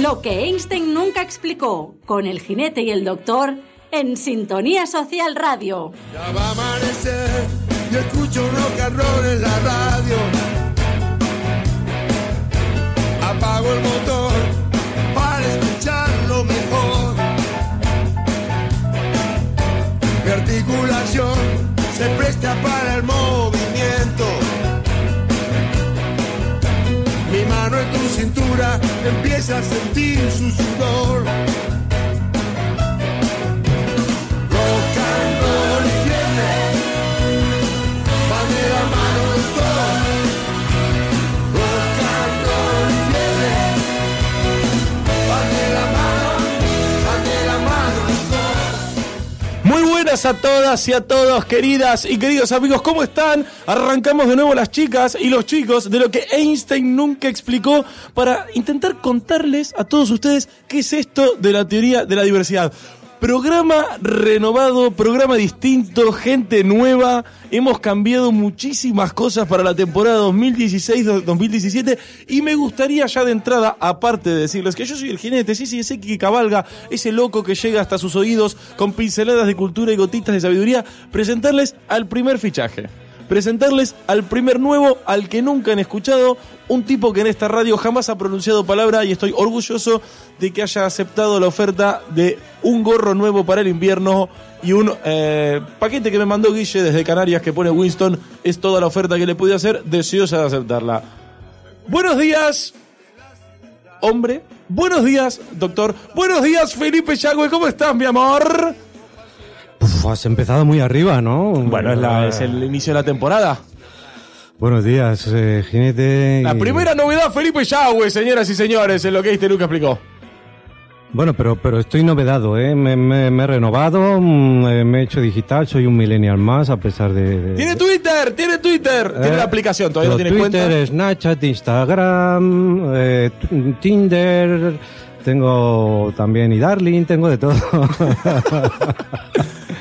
Lo que Einstein nunca explicó, con el jinete y el doctor, en Sintonía Social Radio. Ya va a amanecer y escucho rock and roll en la radio. Apago el motor para escucharlo mejor. Mi articulación se presta para el movimiento. Mi mano en tu cintura empieza a sentir su sudor. Rock and roll y fiebre van de la mano del todo. Rock and roll y fiebre van de la mano, van de la mano del todo. Muy buenas a todas y a todos, queridas y queridos amigos, ¿cómo están? Arrancamos de nuevo las chicas y los chicos de lo que Einstein nunca explicó para intentar contarles a todos ustedes qué es esto de la teoría de la diversidad. Programa renovado, programa distinto, gente nueva. Hemos cambiado muchísimas cosas para la temporada 2016-2017 y me gustaría ya de entrada, aparte de decirles que yo soy el jinete, sí, sí, ese que cabalga, ese loco que llega hasta sus oídos con pinceladas de cultura y gotitas de sabiduría, presentarles al primer fichaje. Presentarles al primer nuevo, al que nunca han escuchado, un tipo que en esta radio jamás ha pronunciado palabra y estoy orgulloso de que haya aceptado la oferta de un gorro nuevo para el invierno y un eh, paquete que me mandó Guille desde Canarias que pone Winston. Es toda la oferta que le pude hacer, deseosa de aceptarla. Buenos días, hombre. Buenos días, doctor. Buenos días, Felipe Yagüe. ¿Cómo estás, mi amor? Uf, has empezado muy arriba, ¿no? Ah. Bueno, es, la- es el inicio de la temporada. Buenos días, eh, jinete. y- La primera novedad, Felipe Yagüe, señoras y señores, en lo que este Luca explicó. Bueno, pero, pero estoy novedado, ¿eh? Me, me- me he renovado, mm, eh, me he hecho digital, soy un millennial más, a pesar de... de- Tiene Twitter, tiene Twitter, tiene Eh, la aplicación, todavía no pero tiene Twitter, cuenta. Snapchat, Instagram, eh, t- Tinder, tengo también y Darling, tengo de todo.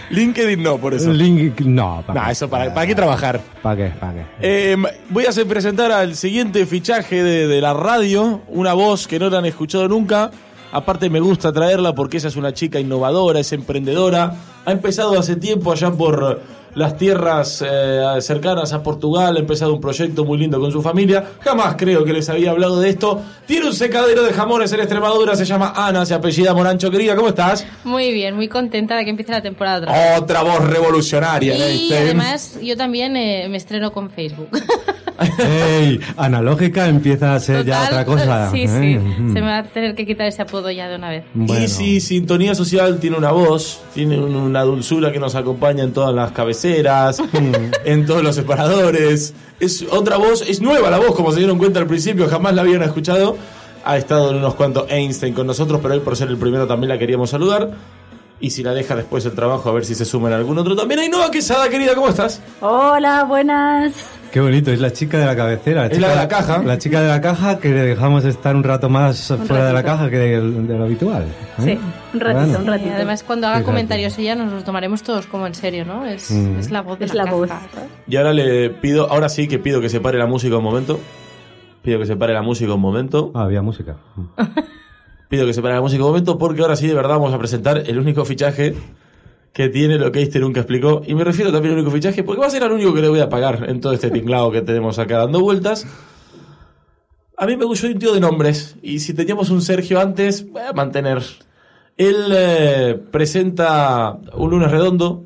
LinkedIn no, por eso. Link, no, Nah, ¿para eso para, ¿para qué trabajar? ¿Para qué? ¿Para qué? Eh, voy a hacer presentar al siguiente fichaje de, de la radio, una voz que no la han escuchado nunca. Aparte me gusta traerla porque ella es una chica innovadora, es emprendedora. Ha empezado hace tiempo allá por las tierras eh, cercanas a Portugal, ha empezado un proyecto muy lindo con su familia. Jamás creo que les había hablado de esto. Tiene un secadero de jamones en Extremadura, se llama Ana, se apellida Morancho. Querida, ¿cómo estás? Muy bien, muy contenta de que empiece la temporada otra vez. Otra voz revolucionaria. este Y Einstein. además yo también eh, me estreno con Facebook. Ey, analógica empieza a ser ya Total, otra cosa. Sí, ¿eh? sí. Ujú. Se me va a tener que quitar ese apodo ya de una vez. Bueno. Y si Sintonía Social tiene una voz, tiene un- una dulzura que nos acompaña en todas las cabeceras, en todos los separadores. Es otra voz, es nueva la voz, como se dieron cuenta al principio, jamás la habían escuchado. Ha estado en unos cuantos Einstein con nosotros, pero hoy por ser el primero también la queríamos saludar. Y si la deja después el trabajo, a ver si se suma en algún otro. También hay Nova Quesada, querida, ¿cómo estás? Hola, buenas. Qué bonito, es la chica de la cabecera. Es chica la de la caja. La chica de la caja que le dejamos estar un rato más fuera de la ratito. caja que del- de, lo habitual. ¿eh? Sí, un ratito, Bueno. un Y ratito. además cuando haga Fíjate. comentarios ella nos lo tomaremos todos como en serio, ¿no? Es, es la voz de Es la, la voz. caja, ¿sabes? Y ahora le pido, ahora sí que pido que se pare la música un momento. Pido que se pare la música un momento. Ah, había música. Pido que se pare la música un momento porque ahora sí de verdad vamos a presentar el único fichaje que tiene lo que este nunca explicó. Y me refiero también al único fichaje porque va a ser el único que le voy a pagar en todo este tinglado que tenemos acá dando vueltas. A mí me gusta un tío de nombres y si teníamos un Sergio antes, voy a mantener. Él eh, presenta un lunes redondo,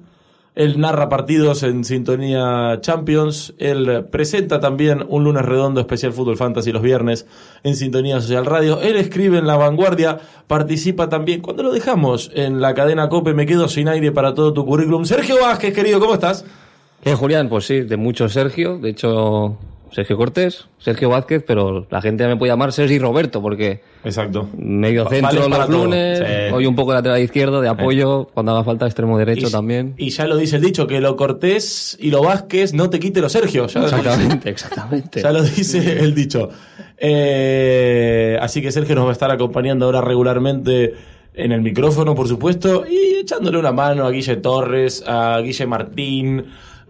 él narra partidos en sintonía Champions, él eh, presenta también un lunes redondo especial Fútbol Fantasy los viernes en sintonía social radio, él escribe en La Vanguardia, participa también, cuando lo dejamos en la cadena Cope me quedo sin aire para todo tu currículum. Sergio Vázquez, querido, ¿cómo estás? Eh, Julián, pues sí, de mucho Sergio, de hecho Sergio Cortés, Sergio Vázquez, pero la gente me puede llamar Sergi Roberto porque Exacto. medio Va- centro vale para los todo. lunes, Sí. Eh. hoy un poco lateral izquierdo de apoyo, cuando haga falta extremo derecho y, también. Y ya lo dice el dicho, que lo Cortés y lo Vázquez no te quite lo Sergio. Ya, Exactamente, exactamente. ya lo dice el dicho. Eh, así que Sergio nos va a estar acompañando ahora regularmente en el micrófono, por supuesto, y echándole una mano a Guille Torres, a Guille Martín,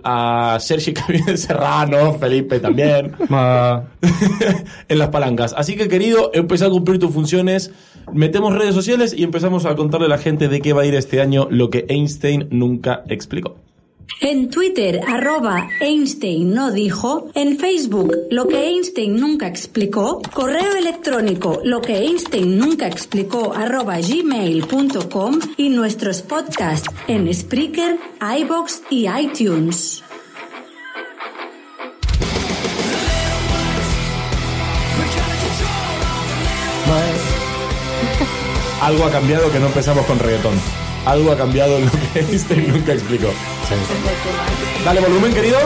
a Sergi Cabiel Serrano, Felipe también, Ma- en las palancas. Así que, querido, empezá a cumplir tus funciones, metemos redes sociales y empezamos a contarle a la gente de qué va a ir este año lo que Einstein nunca explicó. En Twitter, arroba Einstein no dijo. En Facebook, lo que Einstein nunca explicó. Correo electrónico, lo que Einstein nunca explicó, arroba gmail.com. Y nuestros podcasts en Spreaker, iBox y iTunes. Algo ha cambiado que no empezamos con reggaetón. Algo ha cambiado en lo que Einstein nunca explicó. Dale volumen, querido.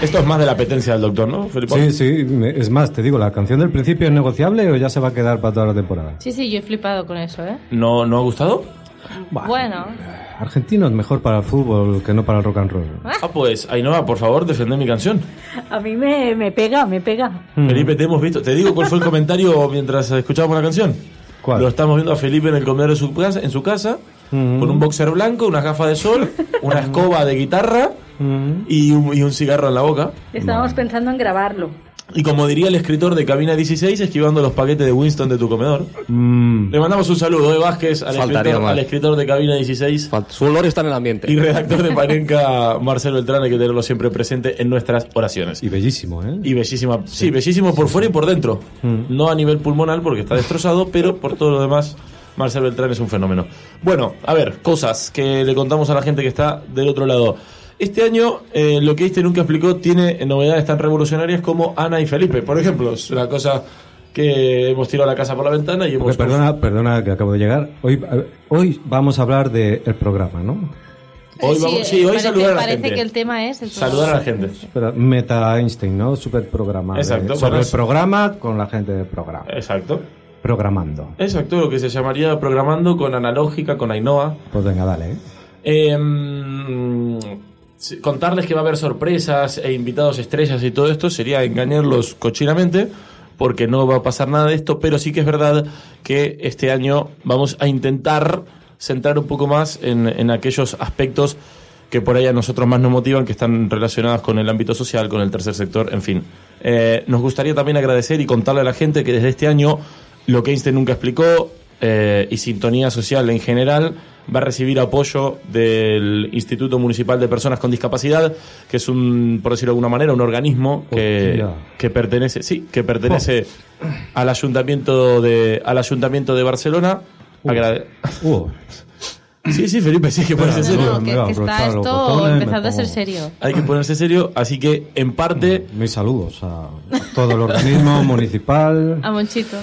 Esto es más de la apetencia del doctor, ¿no, Felipón? Sí, sí, me- es más, te digo, ¿la canción del principio es negociable o ya se va a quedar para toda la temporada? Sí, sí, yo he flipado con eso, ¿eh? ¿No, ¿No ha gustado? Bueno, Argentino es mejor para el fútbol que no para el rock and roll. Ah, pues, Ainhoa, por favor, defende mi canción. A mí me, me pega, me pega. Hmm. Felipe, te hemos visto. Te digo cuál fue el comentario mientras escuchábamos la canción. ¿Cuál? Lo estamos viendo a Felipe en el comedor de su casa, en su casa, Hmm. con un boxer blanco, unas gafas de sol, una escoba de guitarra Hmm. y, un, y un cigarro en la boca. Estábamos pensando en grabarlo. Y como diría el escritor de Cabina 16, esquivando los paquetes de Winston de tu comedor. Mm, Le mandamos un saludo, de Vázquez, al Hmm. Faltaría escritor, más. al escritor de Cabina 16. Fal- Su olor está en el ambiente. Y redactor de Panenka, Marcelo Beltrán, hay que tenerlo siempre presente en nuestras oraciones. Y bellísimo, ¿eh? Y bellísima, sí, Mm. bellísimo por fuera y por dentro. No a nivel pulmonar porque está destrozado, pero por todo lo demás, Marcel Beltrán es un fenómeno. Bueno, a ver, cosas que le contamos a la gente que está del otro lado. Este año, eh, lo que este nunca explicó, tiene novedades tan revolucionarias como Ana y Felipe. Por ejemplo, es una cosa que hemos tirado la casa por la ventana y hemos... Porque, perdona, perdona que acabo de llegar. Hoy, a ver, hoy vamos a hablar del programa, ¿no? Hoy sí, vamos- sí, eh, hoy parece, saludar a la parece gente. que el tema es... el Saludar a la gente. Pero Meta Einstein, ¿no? Super programa. Exacto, sobre bueno, el es- Eh. programa con la gente del programa. Exacto. Programando. Exacto, lo que se llamaría programando con analógica, con Ainhoa. Pues venga, dale. ¿eh? Em, sí, contarles que va a haber sorpresas e invitados estrellas y todo esto sería engañarlos cochinamente porque no va a pasar nada de esto, pero sí que es verdad que este año vamos a intentar centrar un poco más en, en aquellos aspectos que por ahí a nosotros más nos motivan, que están relacionados con el ámbito social, con el tercer sector, en fin. Eh, nos gustaría también agradecer y contarle a la gente que desde este año lo que Einstein nunca explicó eh, y Sintonía Social en general va a recibir apoyo del Instituto Municipal de Personas con Discapacidad, que es un, por decirlo de alguna manera, un organismo que, Hostia. que pertenece, sí, que pertenece al ayuntamiento de al ayuntamiento de Barcelona. Agrade- Uh, sí, sí, Felipe, sí, que parece No, serio. no, Me que, voy a que está abrochar los esto botones, me empezando a ser pongo- serio. Hay que ponerse serio, así que en parte mis saludos a, a todo el organismo municipal. A Monchito.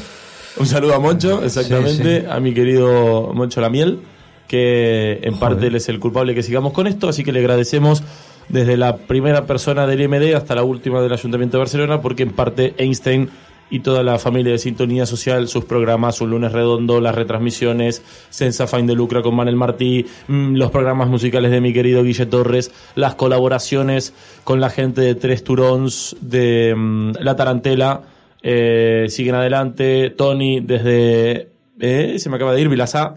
un saludo a Moncho, exactamente, Sí, sí. a mi querido Moncho Lamiel, que en parte él es el culpable que sigamos con esto, así que le agradecemos desde la primera persona del IMD hasta la última del Ayuntamiento de Barcelona, porque en parte Einstein y toda la familia de Sintonía Social, sus programas, un lunes redondo, las retransmisiones, Senza Fain de Lucra con Manel Martí, mm, los programas musicales de mi querido Guille Torres, las colaboraciones con la gente de Tres Turons, de mm, La Tarantela, eh, siguen adelante. Tony desde. eh, se me acaba de ir, Vilasá.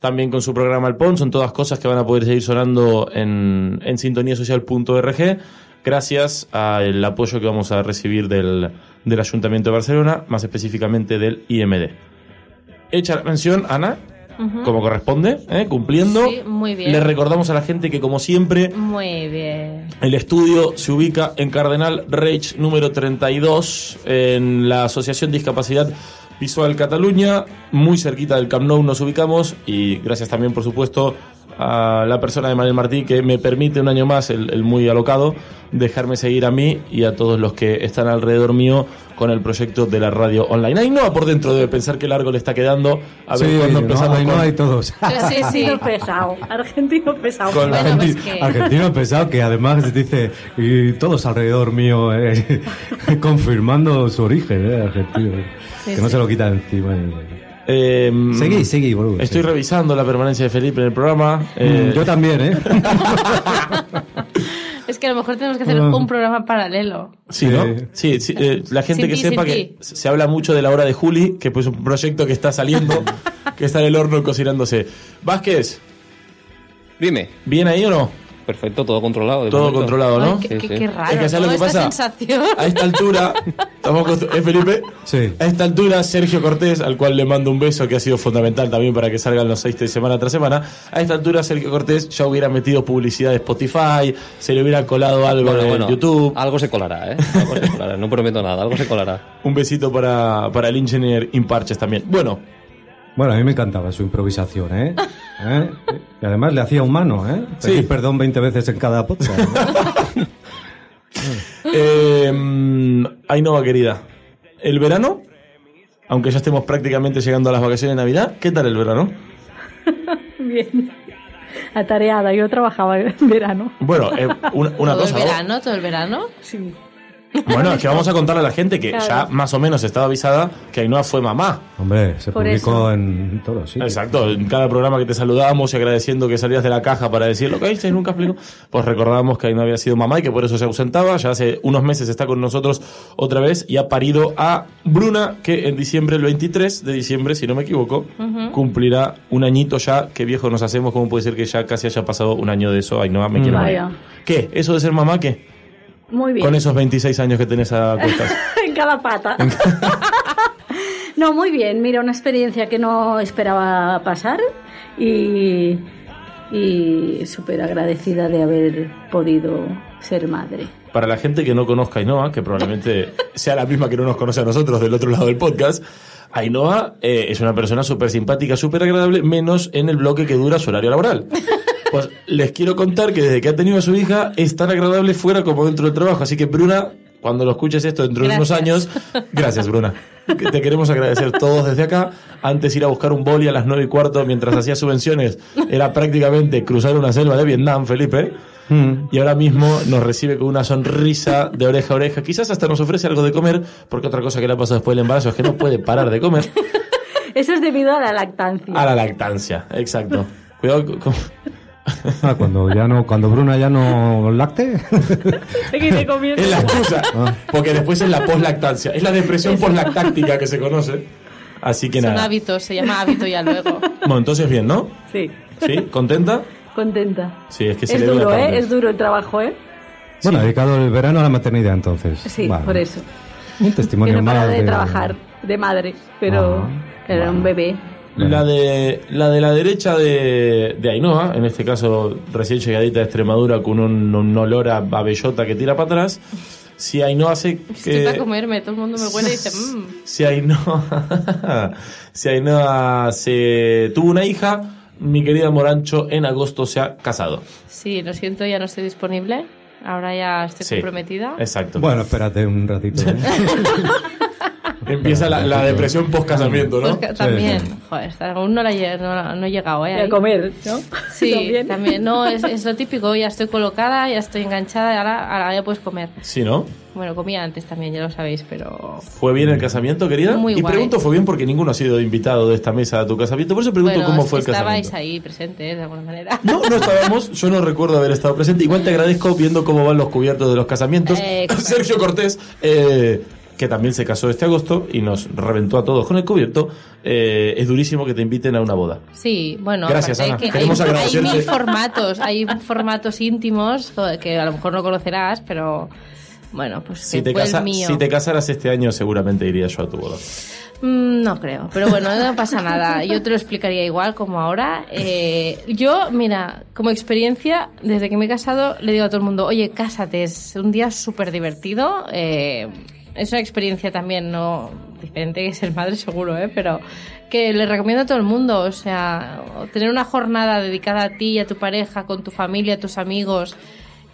También con su programa El PON. Son todas cosas que van a poder seguir sonando en, en sintoniasocial.org. Gracias al apoyo que vamos a recibir del, del Ayuntamiento de Barcelona, más específicamente del IMD. Hecha la mención, Ana, como corresponde, eh, cumpliendo. Sí, muy bien. Le recordamos a la gente que, como siempre, Muy bien. el estudio se ubica en Cardenal Reich número 32, en la Asociación Discapacidad Visual Cataluña, muy cerquita del Camp Nou nos ubicamos y gracias también, por supuesto, a la persona de Manuel Martí que me permite un año más, el, el muy alocado, dejarme seguir a mí y a todos los que están alrededor mío con el proyecto de la radio online. Ahí no, por dentro debe pensar qué largo le está quedando. A ver sí, cuándo no, empezamos ahí no con- hay todos. Pero sí, sí. Argentino pesado. Argentino pesado. con la Bueno, gente. pues que- Argentino pesado que además dice y todos alrededor mío eh, confirmando su origen eh, argentino Sí, que no sí. se lo quita de encima Em, seguí seguí boludo Estoy seguí. Eh, revisando la permanencia de Felipe en el programa. Mm, eh, yo también eh Es que a lo mejor tenemos que hacer Ah. un programa paralelo. Sí, ¿no? Sí, sí, eh, la gente Sin que ti, sepa sin que ti. se habla mucho de la hora de Juli, que pues es un proyecto que está saliendo, que está en el horno cocinándose. Vázquez, Dime. ¿bien ahí o no? Perfecto, todo controlado. de Todo momento. controlado, ¿no? Ay, qué, qué- Sí, sí. qué raro. Es que, ¿sabes ¿no? lo que Esta pasa? sensación. A esta altura, estamos acostum- ¿eh, Felipe? Sí. A esta altura, Sergio Cortés, al cual le mando un beso que ha sido fundamental también para que salgan los seis de semana tras semana. A esta altura, Sergio Cortés ya hubiera metido publicidad de Spotify, se le hubiera colado algo Bueno, en bueno, YouTube. Algo se colará, ¿eh? Algo se colará. No prometo nada, algo se colará. Un besito para, para el Engineer Imparches también. Bueno, Bueno, a mí me encantaba su improvisación, ¿eh? ¿Eh? Y además le hacía humano, ¿eh? Sí. Pedir perdón 20 veces en cada podcast. ¿no? eh, mm, Ainhoa querida, el verano, aunque ya estemos prácticamente llegando a las vacaciones de Navidad, ¿qué tal el verano? Bien. Atareada, yo trabajaba en verano. Bueno, eh, una, una todo cosa. el ¿no? verano, todo el verano. Sí. Bueno, es que vamos a contarle a la gente que Claro. ya más o menos estaba avisada que Ainhoa fue mamá. Hombre, se Por publicó eso. en todos los sitios. Exacto, en cada programa que te saludábamos y agradeciendo que salías de la caja para decir lo que Einstein nunca explicó, pues recordábamos que Ainhoa había sido mamá y que por eso se ausentaba. Ya hace unos meses está con nosotros otra vez y ha parido a Bruna, que en diciembre, el 23 de diciembre, si no me equivoco, cumplirá un añito ya. Qué viejo nos hacemos, ¿cómo puede ser que ya casi haya pasado un año de eso? Ainhoa, me quiero morir. Vaya. ¿Qué? ¿Eso de ser mamá qué? Muy bien. Con esos 26 años que tenés a cuestas. en cada pata. no, muy bien. Mira, una experiencia que no esperaba pasar y, y súper agradecida de haber podido ser madre. Para la gente que no conozca a Ainhoa, que probablemente sea la misma que no nos conoce a nosotros del otro lado del podcast, Ainhoa eh, es una persona súper simpática, súper agradable, menos en el bloque que dura su horario laboral. Pues les quiero contar que desde que ha tenido a su hija es tan agradable fuera como dentro del trabajo. Así que Bruna, cuando lo escuches esto dentro de unos Gracias. años, gracias Bruna. Que Te queremos agradecer todos desde acá. Antes ir a buscar un boli a las 9 y cuarto mientras hacía subvenciones era prácticamente cruzar una selva de Vietnam, Felipe. Y ahora mismo nos recibe con una sonrisa de oreja a oreja. Quizás hasta nos ofrece algo de comer, porque otra cosa que le ha pasado después del embarazo es que no puede parar de comer. Eso es debido a la lactancia. A la lactancia, exacto. Cuidado con- con- Ah, cuando ya no, cuando Bruna ya no lacte. Que te comienza. Es la excusa, porque después es la poslactancia. Es la depresión poslactáctica que se conoce. Así que Son nada. hábitos, se llama hábito ya luego. Bueno, entonces bien, ¿no? Sí, ¿Sí? ¿Contenta? contenta. Sí, es que se Es le ve la duro, parte. ¿eh? Es duro el trabajo, ¿eh? Bueno, dedicado el verano a la maternidad entonces. Sí, Vale. por eso. Un Que testimonio no para más de trabajar, de madre, Ah, pero Ajá. era un bebé. La de, la de la derecha de, de Ainhoa, en este caso recién llegadita de Extremadura con un, un olor a, a bellota que tira para atrás. Si Ainhoa hace Estoy para que. comerme, todo el mundo me huele y dice, mmm. Si Ainhoa. si Ainhoa se tuvo una hija, mi querida Morancho en agosto se ha casado. Sí, lo siento, ya no estoy disponible. Ahora ya estoy Sí, comprometida. Pues Exacto. Bueno, espérate un ratito. ¿eh? Empieza la, la depresión post casamiento, ¿no? Pues que- también, Sí. joder, hasta aún no, la lle- no, la- no he llegado, ¿eh? Y a ahí. comer, ¿no? Sí, también. No, es, es lo típico, ya estoy colocada, ya estoy enganchada, y ahora, ahora ya puedes comer. Sí, ¿no? Bueno, comía antes también, ya lo sabéis, pero... ¿Fue bien el casamiento, querida? Muy y guay. pregunto, ¿fue bien? Porque ninguno ha sido invitado de esta mesa a tu casamiento. Por eso pregunto bueno, cómo fue el casamiento. estabais ahí presentes, de alguna manera. No, no estábamos. Yo no recuerdo haber estado presente. Igual te agradezco viendo cómo van los cubiertos de los casamientos. Exacto. Sergio Cortés, eh, que también se casó este agosto y nos reventó a todos con el cubierto. eh, es durísimo que te inviten a una boda. Sí, bueno, Gracias, aparte Ana. que hay, Queremos hay agradecerte. mil formatos, hay formatos íntimos joder, que a lo mejor no conocerás, pero bueno, pues Si que te, fue casa- el mío. si te casaras este año, seguramente iría yo a tu boda. Mm, No creo, pero bueno, no pasa nada. Yo te lo explicaría igual como ahora. Eh, yo, mira, como experiencia, desde que me he casado, le digo a todo el mundo, oye, cásate, es un día súper divertido. Eh, es una experiencia también, no diferente que ser madre seguro, ¿eh? pero que le recomiendo a todo el mundo, o sea, tener una jornada dedicada a ti y a tu pareja, con tu familia, a tus amigos,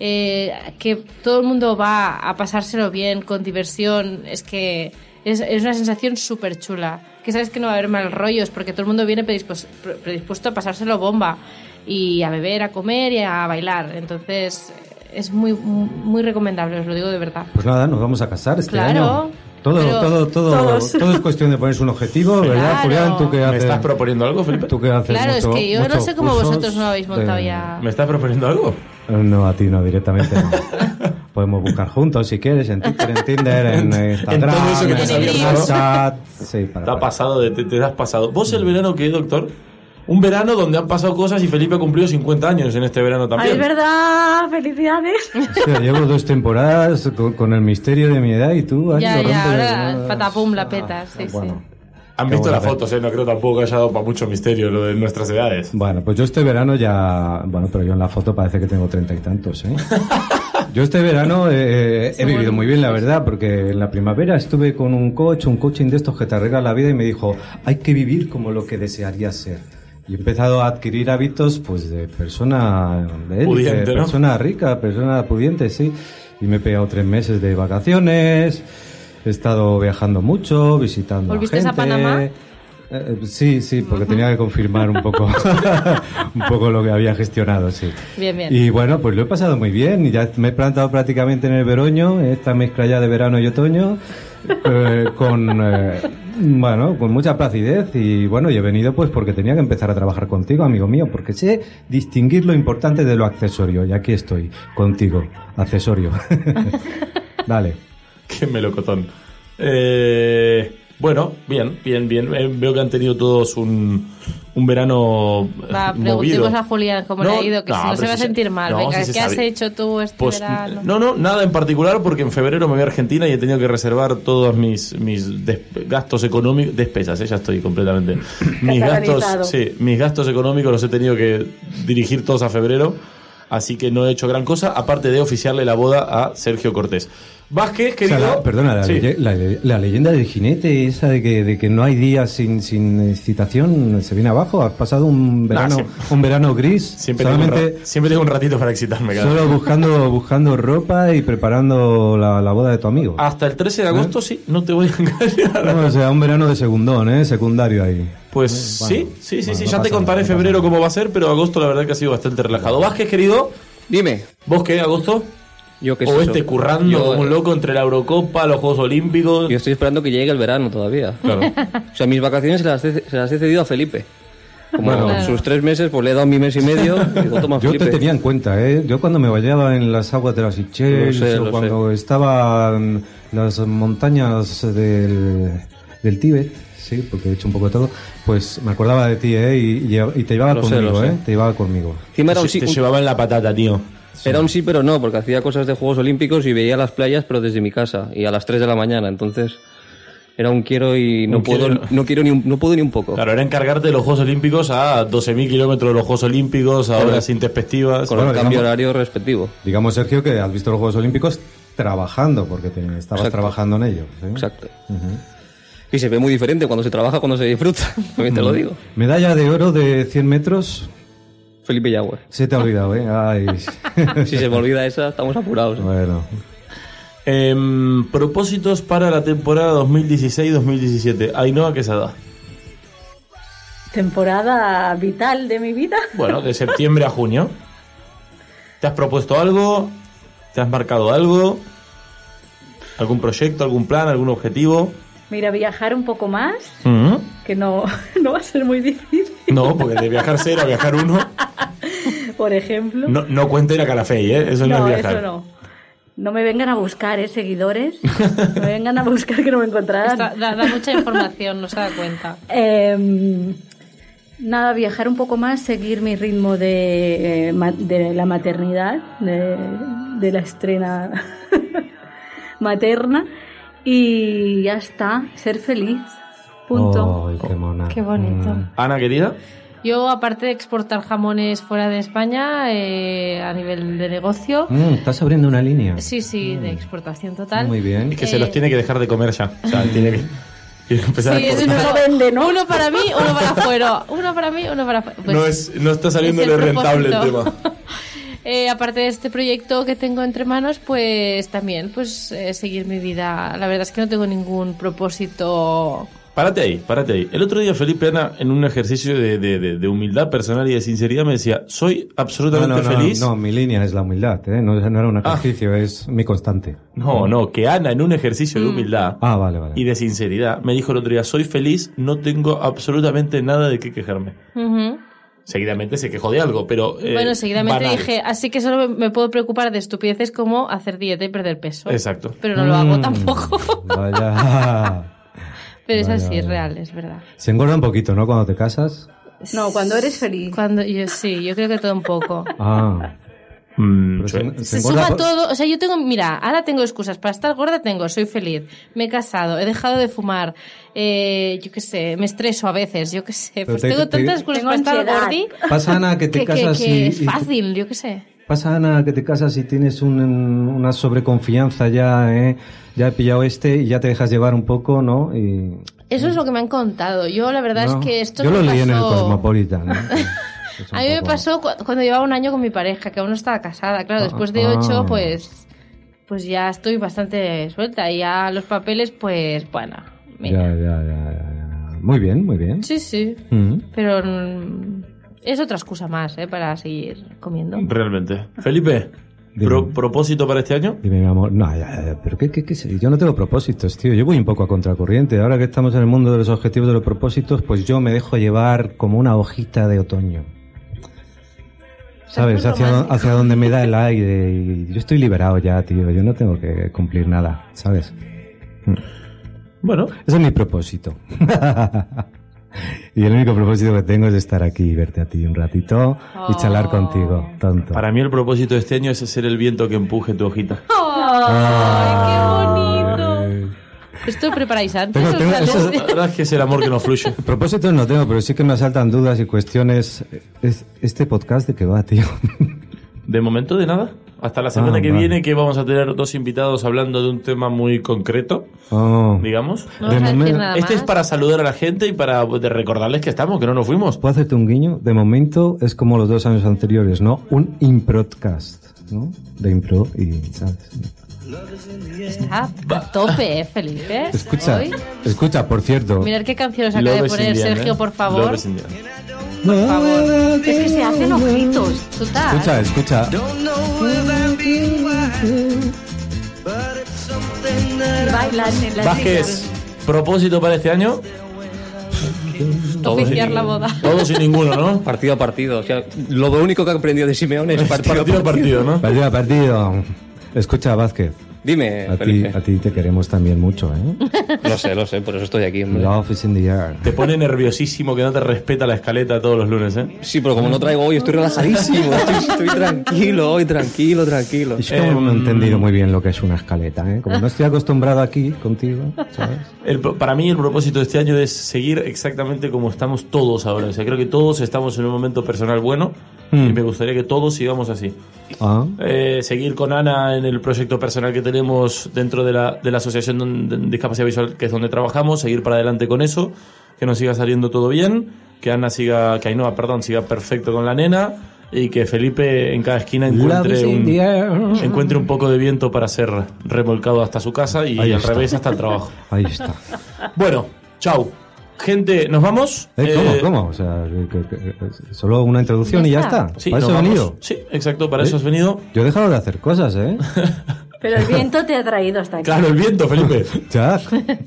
eh, que todo el mundo va a pasárselo bien, con diversión, es que es, es una sensación súper chula. Que sabes que no va a haber mal rollos, porque todo el mundo viene predispos- pre- predispuesto a pasárselo bomba, y a beber, a comer y a bailar. Entonces, es muy, muy recomendable, os lo digo de verdad. Pues nada, nos vamos a casar este Claro, año. Todo, Pero- todo, todo, Todos. todo es cuestión de ponerse un objetivo, ¿verdad, Claro. Julián? ¿Tú qué ¿Me haces? estás proponiendo algo, Felipe? ¿Tú qué haces? Claro, es mucho- que yo no muchos sé cómo cursos vosotros no habéis montado de- ya. ¿Me estás proponiendo algo? No, a ti no, directamente no. Podemos buscar juntos si quieres, en Twitter, en Tinder, en eh, Instagram, todo eso que te has en abierto. Snapchat. Sí, para, Te ha para. pasado, de- te, te has pasado. ¿Vos el verano qué, doctor? Un verano donde han pasado cosas y Felipe ha cumplido 50 años en este verano Ay, también. es verdad, felicidades. O sea, llevo dos temporadas con, con el misterio de mi edad y tú... ahí Ya, lo ya, rompes, ahora ¿no? patapum la petas. Sí, Ah, Bueno. sí. Han Qué visto buena las fotos, ¿eh? No creo tampoco que haya dado para mucho misterio lo de nuestras edades. Bueno, pues yo este verano ya... Bueno, pero yo en la foto parece que tengo treinta y tantos, ¿eh? Yo este verano eh, eh, he vivido muy bien, la verdad, porque en la primavera estuve con un coach, un coaching de estos que te arregla la vida y me dijo, hay que vivir como lo que desearías ser. Y he empezado a adquirir hábitos pues de persona de élite, Pudiente, ¿no? persona rica, persona pudiente, sí. Y me he pegado tres meses de vacaciones, he estado viajando mucho, visitando a ¿Volviste a gente. Panamá? Eh, eh, sí, sí, porque tenía que confirmar un poco, un poco lo que había gestionado, sí. Bien, bien. Y bueno, pues lo he pasado muy bien y ya me he plantado prácticamente en el veroño, esta mezcla ya de verano y otoño, eh, con, eh, bueno, con mucha placidez y bueno, y he venido pues porque tenía que empezar a trabajar contigo, amigo mío, porque sé distinguir lo importante de lo accesorio y aquí estoy, contigo, accesorio. Dale. Qué melocotón. Eh, bueno, bien, bien, bien. Eh, veo que han tenido todos un, un verano eh, Va, movido. preguntemos a Julián cómo No, le ha ido, que no, si no pero se va a si se- sentir mal. no, Venga, si se ¿qué has sabe. hecho tú este Pues, verano? no, no, nada en particular porque en febrero me voy a Argentina y he tenido que reservar todos mis, mis des- gastos económicos, despesas, eh, ya estoy completamente. Mis Catalorizado. gastos, sí, mis gastos económicos los he tenido que dirigir todos a febrero, así que no he hecho gran cosa, aparte de oficiarle la boda a Sergio Cortés. Vázquez, O sea, querido. la- perdona, la, Sí. leye- la le- la leyenda del jinete, esa de que, de que no hay día sin, sin excitación, se viene abajo. Has pasado un verano, sí. un verano gris, Siempre, tengo un solamente ra- siempre tengo un ratito para excitarme. cada solo buscando, buscando ropa y preparando la, la boda de tu amigo. Hasta el 13 de ¿Eh? agosto, sí, no te voy a engañar. No, o sea, un verano de segundón, ¿eh? secundario ahí. Pues Bueno, sí, sí, sí, bueno, sí, ya no pasa te nada, contaré no pasa febrero nada. cómo va a ser, pero agosto la verdad que ha sido bastante relajado. Vázquez, querido, Dime, ¿vos qué, agosto? yo qué sé. O yo- este currando yo- eh, eh, como un loco entre la Eurocopa, los Juegos Olímpicos. Yo estoy esperando que llegue el verano todavía. Claro. O sea, mis vacaciones se las he, se las he cedido a Felipe. Como Bueno. en sus tres meses, pues le he dado mi mes y medio. Digo, toma, Yo Felipe. te tenía en cuenta, ¿eh? Yo cuando me bañaba en las aguas de las Seychelles, Lo sé, o lo cuando estaba en las montañas del, del Tíbet, sí, porque he hecho un poco de todo, pues me acordaba de ti, ¿eh? Y, y- y te llevaba Lo sé, conmigo, lo sé. ¿eh? Te llevaba conmigo. Encima era un, Sí, te sí, un- llevaba en la patata, tío. era un sí, pero no, porque hacía cosas de Juegos Olímpicos y veía las playas, pero desde mi casa y a las 3 de la mañana. Entonces, era un quiero y no, Un puedo, quiero. no quiero ni un, no puedo ni un poco. Claro, era encargarte de los Juegos Olímpicos a 12.000 kilómetros de los Juegos Olímpicos, a horas intempestivas. Con Bueno, el cambio digamos- horario respectivo. Digamos, Sergio, que has visto los Juegos Olímpicos trabajando, porque te- estabas Exacto. trabajando en ellos. ¿eh? Exacto. Y se ve muy diferente cuando se trabaja, cuando se disfruta. También te lo digo. Medalla de oro de 100 metros, Felipe Yagüe. se te ha olvidado, ¿eh? Ay. Si se me olvida esa, estamos apurados. ¿eh? bueno. Em, propósitos para la temporada 2016-2017. Ainhoa Quesada. Temporada vital de mi vida. Bueno, de septiembre a junio. ¿Te has propuesto algo? ¿Te has marcado algo? ¿Algún proyecto, algún plan, algún objetivo? Mira, viajar un poco más, Mm. que no, no va a ser muy difícil, No, porque de viajar cero a viajar uno, por ejemplo. no, no cuenta ir a Calafey, ¿eh? Eso no, es viajar. eso no. No me vengan a buscar, ¿eh, seguidores? No me vengan a buscar que no me encontrarán. Está- da, da mucha información, no se da cuenta. Em, nada, viajar un poco más, seguir mi ritmo de, eh, ma- de la maternidad, de, de la estrena materna. Y ya está, ser feliz. Punto. Ay, qué mona. Qué bonito. Mm. Ana, querida. Yo, aparte de exportar jamones fuera de España, eh, a nivel de negocio, Mm, estás abriendo una línea. sí, sí, de exportación total. Muy bien. Es que se los tiene que dejar de comer ya. O sea, tiene que, tiene que empezar a Eh. Sí, es cortar. uno- No vende, ¿no? Uno para mí, uno para afuera. Uno para mí, uno para afuera. Pues- no, es, no está saliéndole Es el rentable el propósito. tema. Eh, aparte de este proyecto que tengo entre manos, pues también pues eh, seguir mi vida. La verdad es que no tengo ningún propósito Párate ahí, párate ahí. El otro día Felipe Ana, en un ejercicio de, de- de- de humildad personal y de sinceridad, me decía, soy No, no, absolutamente no, feliz. Ah. no, mi línea es la humildad, ¿eh? no, no era un ejercicio, es mi constante. No, no, que Ana en un ejercicio de Mm. humildad Mm. Ah, vale, vale. y de sinceridad me dijo el otro día, soy feliz, no tengo absolutamente nada de qué quejarme. Ujú. Seguidamente se quejó de algo, pero... eh, bueno, seguidamente banal. dije, así que solo me- me puedo preocupar de estupideces como hacer dieta y perder peso. Exacto. Pero no lo hago Mm, tampoco. Vaya. Pero es Vaya, así, es vaya. real, es verdad. Se engorda un poquito, ¿no? Cuando te casas. No, cuando eres feliz. Cuando yo sí, yo creo que todo un poco. Ah. Mm, pero sí. se, se Se engorda por- suma todo, o sea, yo tengo, mira, ahora tengo excusas para estar gorda, tengo, soy feliz, me he casado, he dejado de fumar, eh, yo qué sé, me estreso a veces, yo qué sé, pues te- tengo te- tantas excusas Tengo para estar ansiedad. gordi Pasa Ana que te que, que- casas que y- es y- fácil, yo qué sé. Pasa Ana que te casas y tienes un- una sobreconfianza ya, ¿eh? Ya he pillado este y ya te dejas llevar un poco, ¿no? Y, Eso es lo que me han contado. Yo la verdad Mm. ¿no? es que esto Yo me lo leí en el pasó- Cosmopolitan. ¿eh? Es un A mí me poco- pasó cu- cuando llevaba un año con mi pareja, que aún no estaba casada. Claro, después de ah. ocho, pues, pues ya estoy bastante suelta. Y ya los papeles, pues, bueno, Ya, mira. ya, ya, ya, ya. Muy bien, muy bien. Sí, sí. Mm. Pero mm, es otra excusa más, ¿eh? Para seguir comiendo. Mm. Realmente. Ah. Felipe, pro- ¿propósito para este año? Dime, mi amor, no, ya, ya, pero ¿qué, qué, qué sé? yo no tengo propósitos, tío, yo voy un poco a contracorriente. Ahora que estamos en el mundo de los objetivos de los propósitos, pues yo me dejo llevar como una hojita de otoño. ¿Sabes? muy Hacia, do- romántico. hacia donde me da el aire y yo estoy liberado ya, tío, yo no tengo que cumplir nada, ¿sabes? Bueno, Ese es mi propósito. y el único propósito que tengo es estar aquí y verte a ti un ratito y charlar Oh. contigo, tanto. para mí el propósito de este año es ser el viento que empuje tu hojita. ¡Ay, qué bonito! ¿Esto preparáis antes? Ah. Tengo- o tengo- sea, eso- lo- La verdad es que es el amor que nos fluye. Propósitos no tengo, pero sí que me asaltan dudas y cuestiones. Es- este podcast de qué va, tío. De momento de nada. Hasta la semana Ah, que vale. viene que vamos a tener dos invitados hablando de un tema muy concreto, Oh. digamos. No vas de a decir momento- nada Este es más. para saludar a la gente y para pues, de recordarles que estamos, que no nos Pues fuimos. ¿Puedo hacerte un guiño? De momento es como los dos años anteriores, ¿no? Un improdcast, ¿no? De impro y, ¿sabes? Está a tope, ¿eh, Felipe? Escucha, Hoy. escucha, por cierto. Mirad qué canciones acaba de Love is poner Indian, Sergio, ¿eh? por favor. Love is Indian. Por favor. Es que se hacen ojitos. Total. Escucha, escucha. Y bailan en las Vázquez, sillas. propósito para este año. Todos y- Oficiar la boda. Todos y ninguno, ¿no? Partido a partido. O sea, lo único que he aprendido de Simeone es par- Partido a partido, ¿no? Partido a partido. Escucha, Vázquez. Dime, A ti, Felipe. a ti te queremos también mucho, ¿eh? Lo sé, lo sé, por eso estoy aquí. hombre. Love is in the air. Te pone nerviosísimo que no te respeta la escaleta todos los lunes, ¿eh? Sí, pero como no traigo hoy, estoy relajadísimo. Estoy, estoy tranquilo hoy, tranquilo, tranquilo. Es que aún no he entendido muy bien lo que es una escaleta, ¿eh? Como no estoy acostumbrado aquí contigo, ¿sabes? El- para mí el propósito de este año es seguir exactamente como estamos todos ahora. O sea, creo que todos estamos en un momento personal bueno y me gustaría que todos sigamos así. Ah, Eh, seguir con Ana en el proyecto personal que tenemos dentro de la, de la Asociación don- de Discapacidad Visual, que es donde trabajamos, seguir para adelante con eso, que nos siga saliendo todo bien, que Ana siga, que Ainhoa, perdón, siga perfecto con la nena y que Felipe en cada esquina Love is encuentre in the un, air. encuentre un poco de viento para ser remolcado hasta su casa y Ahí al está. revés hasta el trabajo. Ahí está. Bueno, chau. Gente, ¿nos vamos? Eh, ¿Cómo? Eh, ¿Cómo? O sea, que- que- que- solo una introducción Ya y ya está. está. Sí, Para nos eso he vamos. venido. Sí, exacto, para eso ¿Eh? has venido. Yo he dejado de hacer cosas, ¿eh? Pero el viento te ha traído hasta aquí. Claro, el viento, Felipe. ya.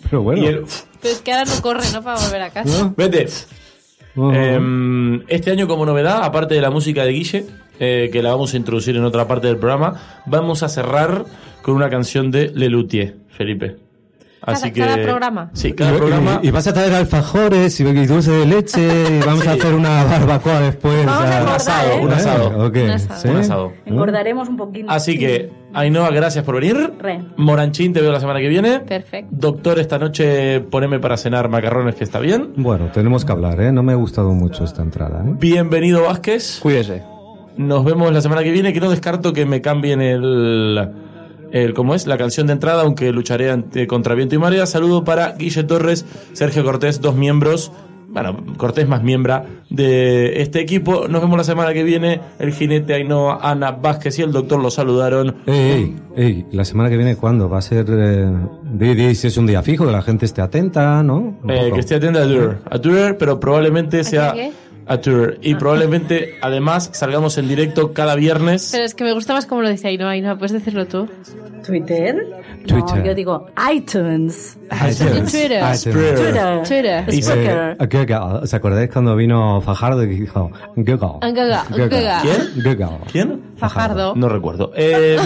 Pero bueno. Y el- Pero es que ahora no corre, ¿no? Para volver a casa. Vete. Oh. Em, este año como novedad, aparte de la música de Guille, eh, que la vamos a introducir en otra parte del programa, vamos a cerrar con una canción de Lelutier, Felipe. Así que, Cada- cada programa. Sí, cada Y- programa. y, y vas a traer alfajores y y dulce de leche y vamos a hacer una barbacoa después. Vamos ya. a engordar, ¿eh? Un asado. ¿O qué? Un asado. ¿Sí? Un asado. Engordaremos un poquito. Así que, Ainhoa, gracias por venir. Re. Moranchín, te veo la semana que viene. Perfecto. Doctor, esta noche poneme para cenar macarrones, que está bien. Bueno, tenemos que hablar, ¿eh? No me ha gustado mucho esta entrada, ¿eh? Bienvenido, Vázquez. Cuídese. Nos vemos la semana que viene, que no descarto que me cambien el, el ¿cómo es? La canción de entrada, aunque lucharé ante- contra viento y marea. Saludo para Guille Torres, Sergio Cortés, dos miembros bueno, Cortés más miembra de este equipo. Nos vemos la semana que viene. El jinete Ainhoa, Ana Vázquez y el doctor los saludaron. Ey, ey, ey, la semana que viene, ¿cuándo? Va a ser. Eh, di- di si es un día fijo, que la gente esté atenta, ¿no? Un Eh, poco. que esté atenta a Twitter. A Twitter, pero probablemente sea qué? a Twitter. Y probablemente, además, salgamos en directo cada viernes. Pero es que me gusta más como lo dice Ainhoa. Ainhoa, puedes decirlo tú. ¿Twitter? Twitter. No, yo digo iTunes. iTunes, Twitter. iTunes. Twitter. Twitter. Eh, Spreaker. Google. ¿Os acordáis cuando vino Fajardo y dijo Google? Google, Google. ¿Quién? Google. ¿Quién? Fajardo. No recuerdo. Eh,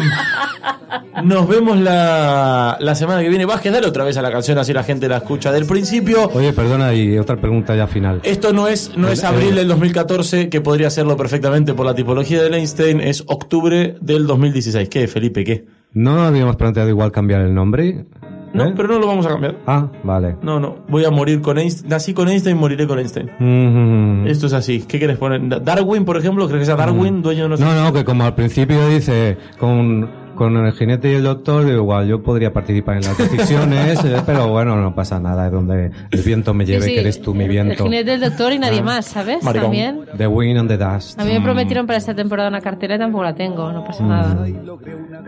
nos vemos la, la semana que viene. Vázquez, dale otra vez a la canción, así la gente la escucha del principio. Oye, perdona, y otra pregunta ya final. Esto no es, no es Eh, abril eh. del 2014, que podría hacerlo perfectamente por la tipología de Einstein, es octubre del 2016. ¿Qué, Felipe? ¿Qué? ¿No habíamos planteado igual cambiar el nombre? No, ¿Eh? pero no lo vamos a cambiar. Ah, vale. No, no. Voy a morir con Einstein. Nací con Einstein, moriré con Einstein. Mm. Esto es así. ¿Qué quieres poner? Da- Darwin, por ejemplo, ¿crees que sea Darwin, dueño de Mm. no sé- No, no, que como al principio dice, con, con el jinete y el doctor, digo, igual yo podría participar en las decisiones, eh, pero bueno, no pasa nada, es donde el viento me lleve, Sí, sí, que eres tú mi el- El viento. Ah. jinete del doctor y nadie más, ¿sabes? Maricón. También. The wind and the dust. A mí me prometieron para esta temporada una cartera y tampoco la tengo, no pasa nada. Claro,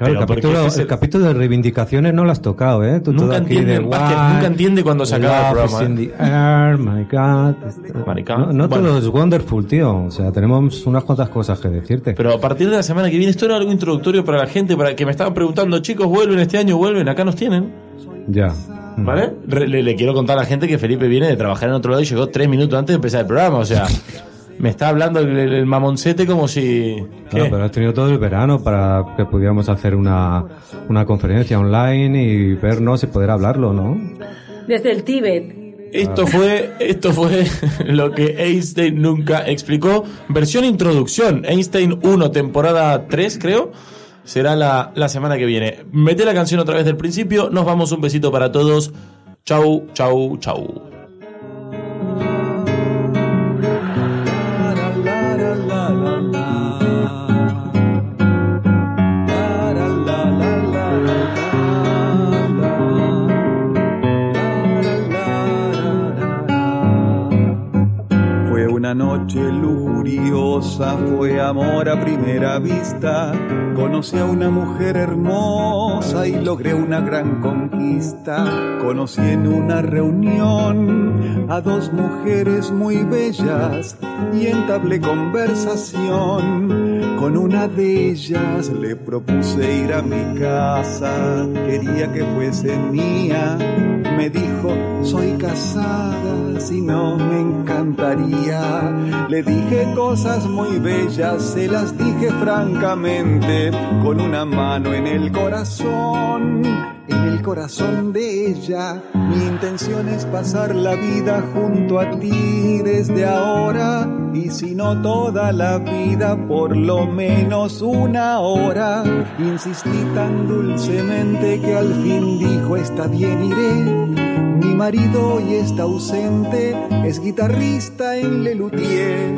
Pero el, porque capítulo, este es el- el capítulo de reivindicaciones no lo has tocado, ¿eh? Tú Nunca todo aquí entiende, de, Vázquez, "Why nunca entiende cuando se the acaba el love is programa, in the air, my God. Este- Marica. No, no Bueno. todo es wonderful, tío. O sea, tenemos unas cuantas cosas que decirte. Pero a partir de la semana que viene, esto era algo introductorio para la gente, para que me estaban preguntando, chicos, vuelven este año, vuelven, acá nos tienen. Ya. ¿Vale? Re- Le, le quiero contar a la gente que Felipe viene de trabajar en otro lado y llegó tres minutos antes de empezar el programa. O sea, me está hablando el, el- el mamoncete como si. Claro, ¿Qué? pero has tenido todo el verano para que pudiéramos hacer una, una conferencia online y vernos y poder hablarlo, ¿no? Desde el Tíbet. Esto fue, esto fue lo que Einstein nunca explicó. Versión introducción, Einstein 1, temporada 3, creo. Será la, la semana que viene. Mete la canción otra vez del principio. Nos vamos, un besito para todos. Chau, chau, chau. Fue una noche lujuriosa, fue amor a primera vista. Conocí a una mujer hermosa y logré una gran conquista. Conocí en una reunión a dos mujeres muy bellas y entablé conversación. Con una de ellas le propuse ir a mi casa, quería que fuese mía. Me dijo, soy casada, si no me encantaría. Le dije cosas muy bellas, se las dije francamente, con una mano en el corazón, en el corazón de ella. Mi intención es pasar la vida junto a ti desde ahora, y si no toda la vida, por lo menos una hora. Insistí tan dulcemente que al fin dijo, está bien, iré. Mi marido hoy está ausente, es guitarrista en Lelutier.